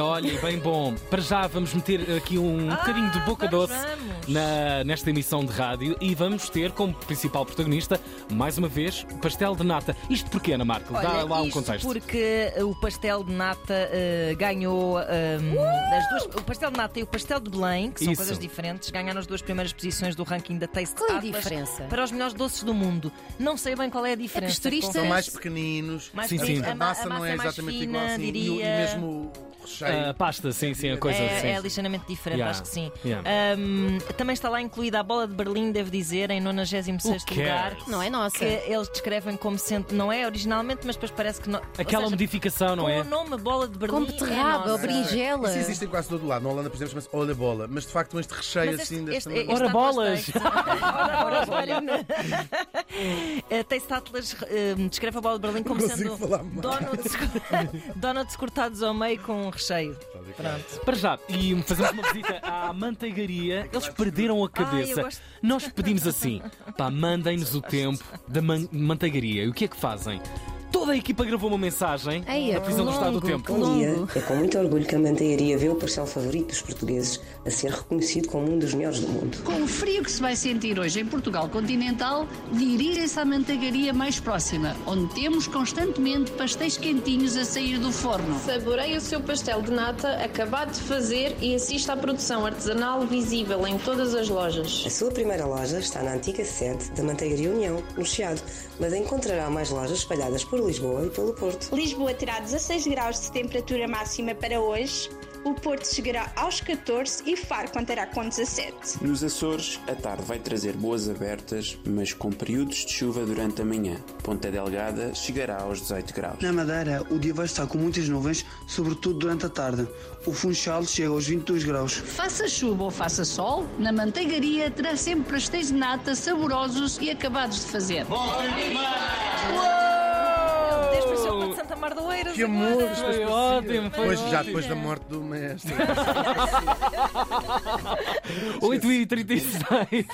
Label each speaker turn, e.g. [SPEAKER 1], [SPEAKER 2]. [SPEAKER 1] Olha, bem bom. Para já vamos meter aqui um bocadinho de boca
[SPEAKER 2] Ah, vamos,
[SPEAKER 1] doce
[SPEAKER 2] vamos.
[SPEAKER 1] na- nesta emissão de rádio e vamos ter como principal protagonista, mais uma vez, pastel de nata. Isto porquê, Ana Marco? Dá
[SPEAKER 2] Olha,
[SPEAKER 1] lá um
[SPEAKER 2] isto
[SPEAKER 1] contexto.
[SPEAKER 2] Porque uh, o pastel de nata uh, ganhou um, as duas. O pastel de nata e o pastel de Belém, que são
[SPEAKER 1] Isso.
[SPEAKER 2] coisas diferentes, ganharam as duas primeiras posições do ranking da Taste
[SPEAKER 3] Qual é a
[SPEAKER 2] Atlas
[SPEAKER 3] diferença?
[SPEAKER 2] para os melhores doces do mundo. Não sei bem qual é a diferença.
[SPEAKER 3] os turistas-
[SPEAKER 2] confesso.
[SPEAKER 4] São mais pequeninos.
[SPEAKER 2] Mais
[SPEAKER 1] Sim, pequeninos. sim.
[SPEAKER 4] A, massa
[SPEAKER 2] A ma- a
[SPEAKER 4] não
[SPEAKER 2] massa é
[SPEAKER 4] é
[SPEAKER 2] mais
[SPEAKER 4] exatamente
[SPEAKER 2] fina,
[SPEAKER 4] igual assim. E, o- e
[SPEAKER 2] diria.
[SPEAKER 4] mesmo o recheio.
[SPEAKER 1] Ah, pasta, sim, sim, a coisa
[SPEAKER 2] é,
[SPEAKER 1] sim.
[SPEAKER 2] é ligeiramente diferente,
[SPEAKER 1] Yeah.
[SPEAKER 2] acho que sim.
[SPEAKER 1] Yeah.
[SPEAKER 2] Um, também está lá incluída a bola de Berlim, devo dizer, em 96
[SPEAKER 1] Who
[SPEAKER 2] lugar.
[SPEAKER 1] cares?
[SPEAKER 3] Não é nossa.
[SPEAKER 2] Que eles descrevem como sendo, não é originalmente, mas depois parece que não. ou
[SPEAKER 1] Aquela
[SPEAKER 2] seja,
[SPEAKER 1] modificação, não
[SPEAKER 2] com
[SPEAKER 1] é?
[SPEAKER 2] o nome bola de Berlim.
[SPEAKER 3] Com
[SPEAKER 2] é
[SPEAKER 3] beterraba,
[SPEAKER 2] nossa.
[SPEAKER 3] berinjela.
[SPEAKER 4] Isso existe em quase todo lado. Na Holanda, por exemplo, chama-se olha bola. Mas de facto, este recheio
[SPEAKER 2] Mas
[SPEAKER 4] assim
[SPEAKER 2] este-
[SPEAKER 4] desta
[SPEAKER 2] este- este
[SPEAKER 1] Ora
[SPEAKER 2] Atlas
[SPEAKER 1] bolas!
[SPEAKER 2] Taste- Ora, ora, olha. Eh, Taste Atlas eh, descreve a bola de Berlim como
[SPEAKER 4] Não consigo
[SPEAKER 2] sendo
[SPEAKER 4] falar mais.
[SPEAKER 2] donuts, donuts cortados ao meio com um recheio. Pronto.
[SPEAKER 1] Para já, e fazemos uma visita à manteigaria. Eles perderam a cabeça.
[SPEAKER 2] eu gosto.
[SPEAKER 1] Nós pedimos assim: pá, mandem-nos o tempo da man- manteigaria. E o que é que fazem? Toda a equipa gravou uma mensagem.
[SPEAKER 3] Ei, é
[SPEAKER 1] a prisão do Estado do
[SPEAKER 3] longo,
[SPEAKER 1] Tempo.
[SPEAKER 3] que
[SPEAKER 5] Bom dia,
[SPEAKER 3] longo.
[SPEAKER 5] é com muito orgulho que a Manteigaria vê o pastel favorito dos portugueses a ser reconhecido como um dos melhores do mundo.
[SPEAKER 6] Com o frio que se vai sentir hoje em Portugal continental, dirigem-se à manteigaria mais próxima, onde temos constantemente pastéis quentinhos a sair do forno.
[SPEAKER 7] Saboreie o seu pastel de nata acabado de fazer e assista à produção artesanal visível em todas as lojas.
[SPEAKER 5] A sua primeira loja está na antiga sede da Manteigaria União, no Chiado, mas encontrará mais lojas espalhadas por Lisboa e pelo Porto.
[SPEAKER 8] Lisboa terá 16 graus de temperatura máxima para hoje, o Porto chegará aos 14 e Faro contará com 17.
[SPEAKER 9] Nos Açores, a tarde vai trazer boas abertas, mas com períodos de chuva durante a manhã. Ponta Delgada chegará aos 18 graus.
[SPEAKER 10] Na Madeira, o dia vai estar com muitas nuvens, sobretudo durante a tarde. O Funchal chega aos 22 graus.
[SPEAKER 6] Faça chuva ou faça sol, na manteigaria terá sempre pastéis de nata saborosos e acabados de fazer.
[SPEAKER 2] Desde o Chapéu de Santa Mar do Eiras.
[SPEAKER 4] Que
[SPEAKER 2] agora.
[SPEAKER 4] amor!
[SPEAKER 1] Foi ótimo, foi
[SPEAKER 4] Depois, já
[SPEAKER 1] ótimo.
[SPEAKER 4] depois da morte do mestre.
[SPEAKER 1] 8h36.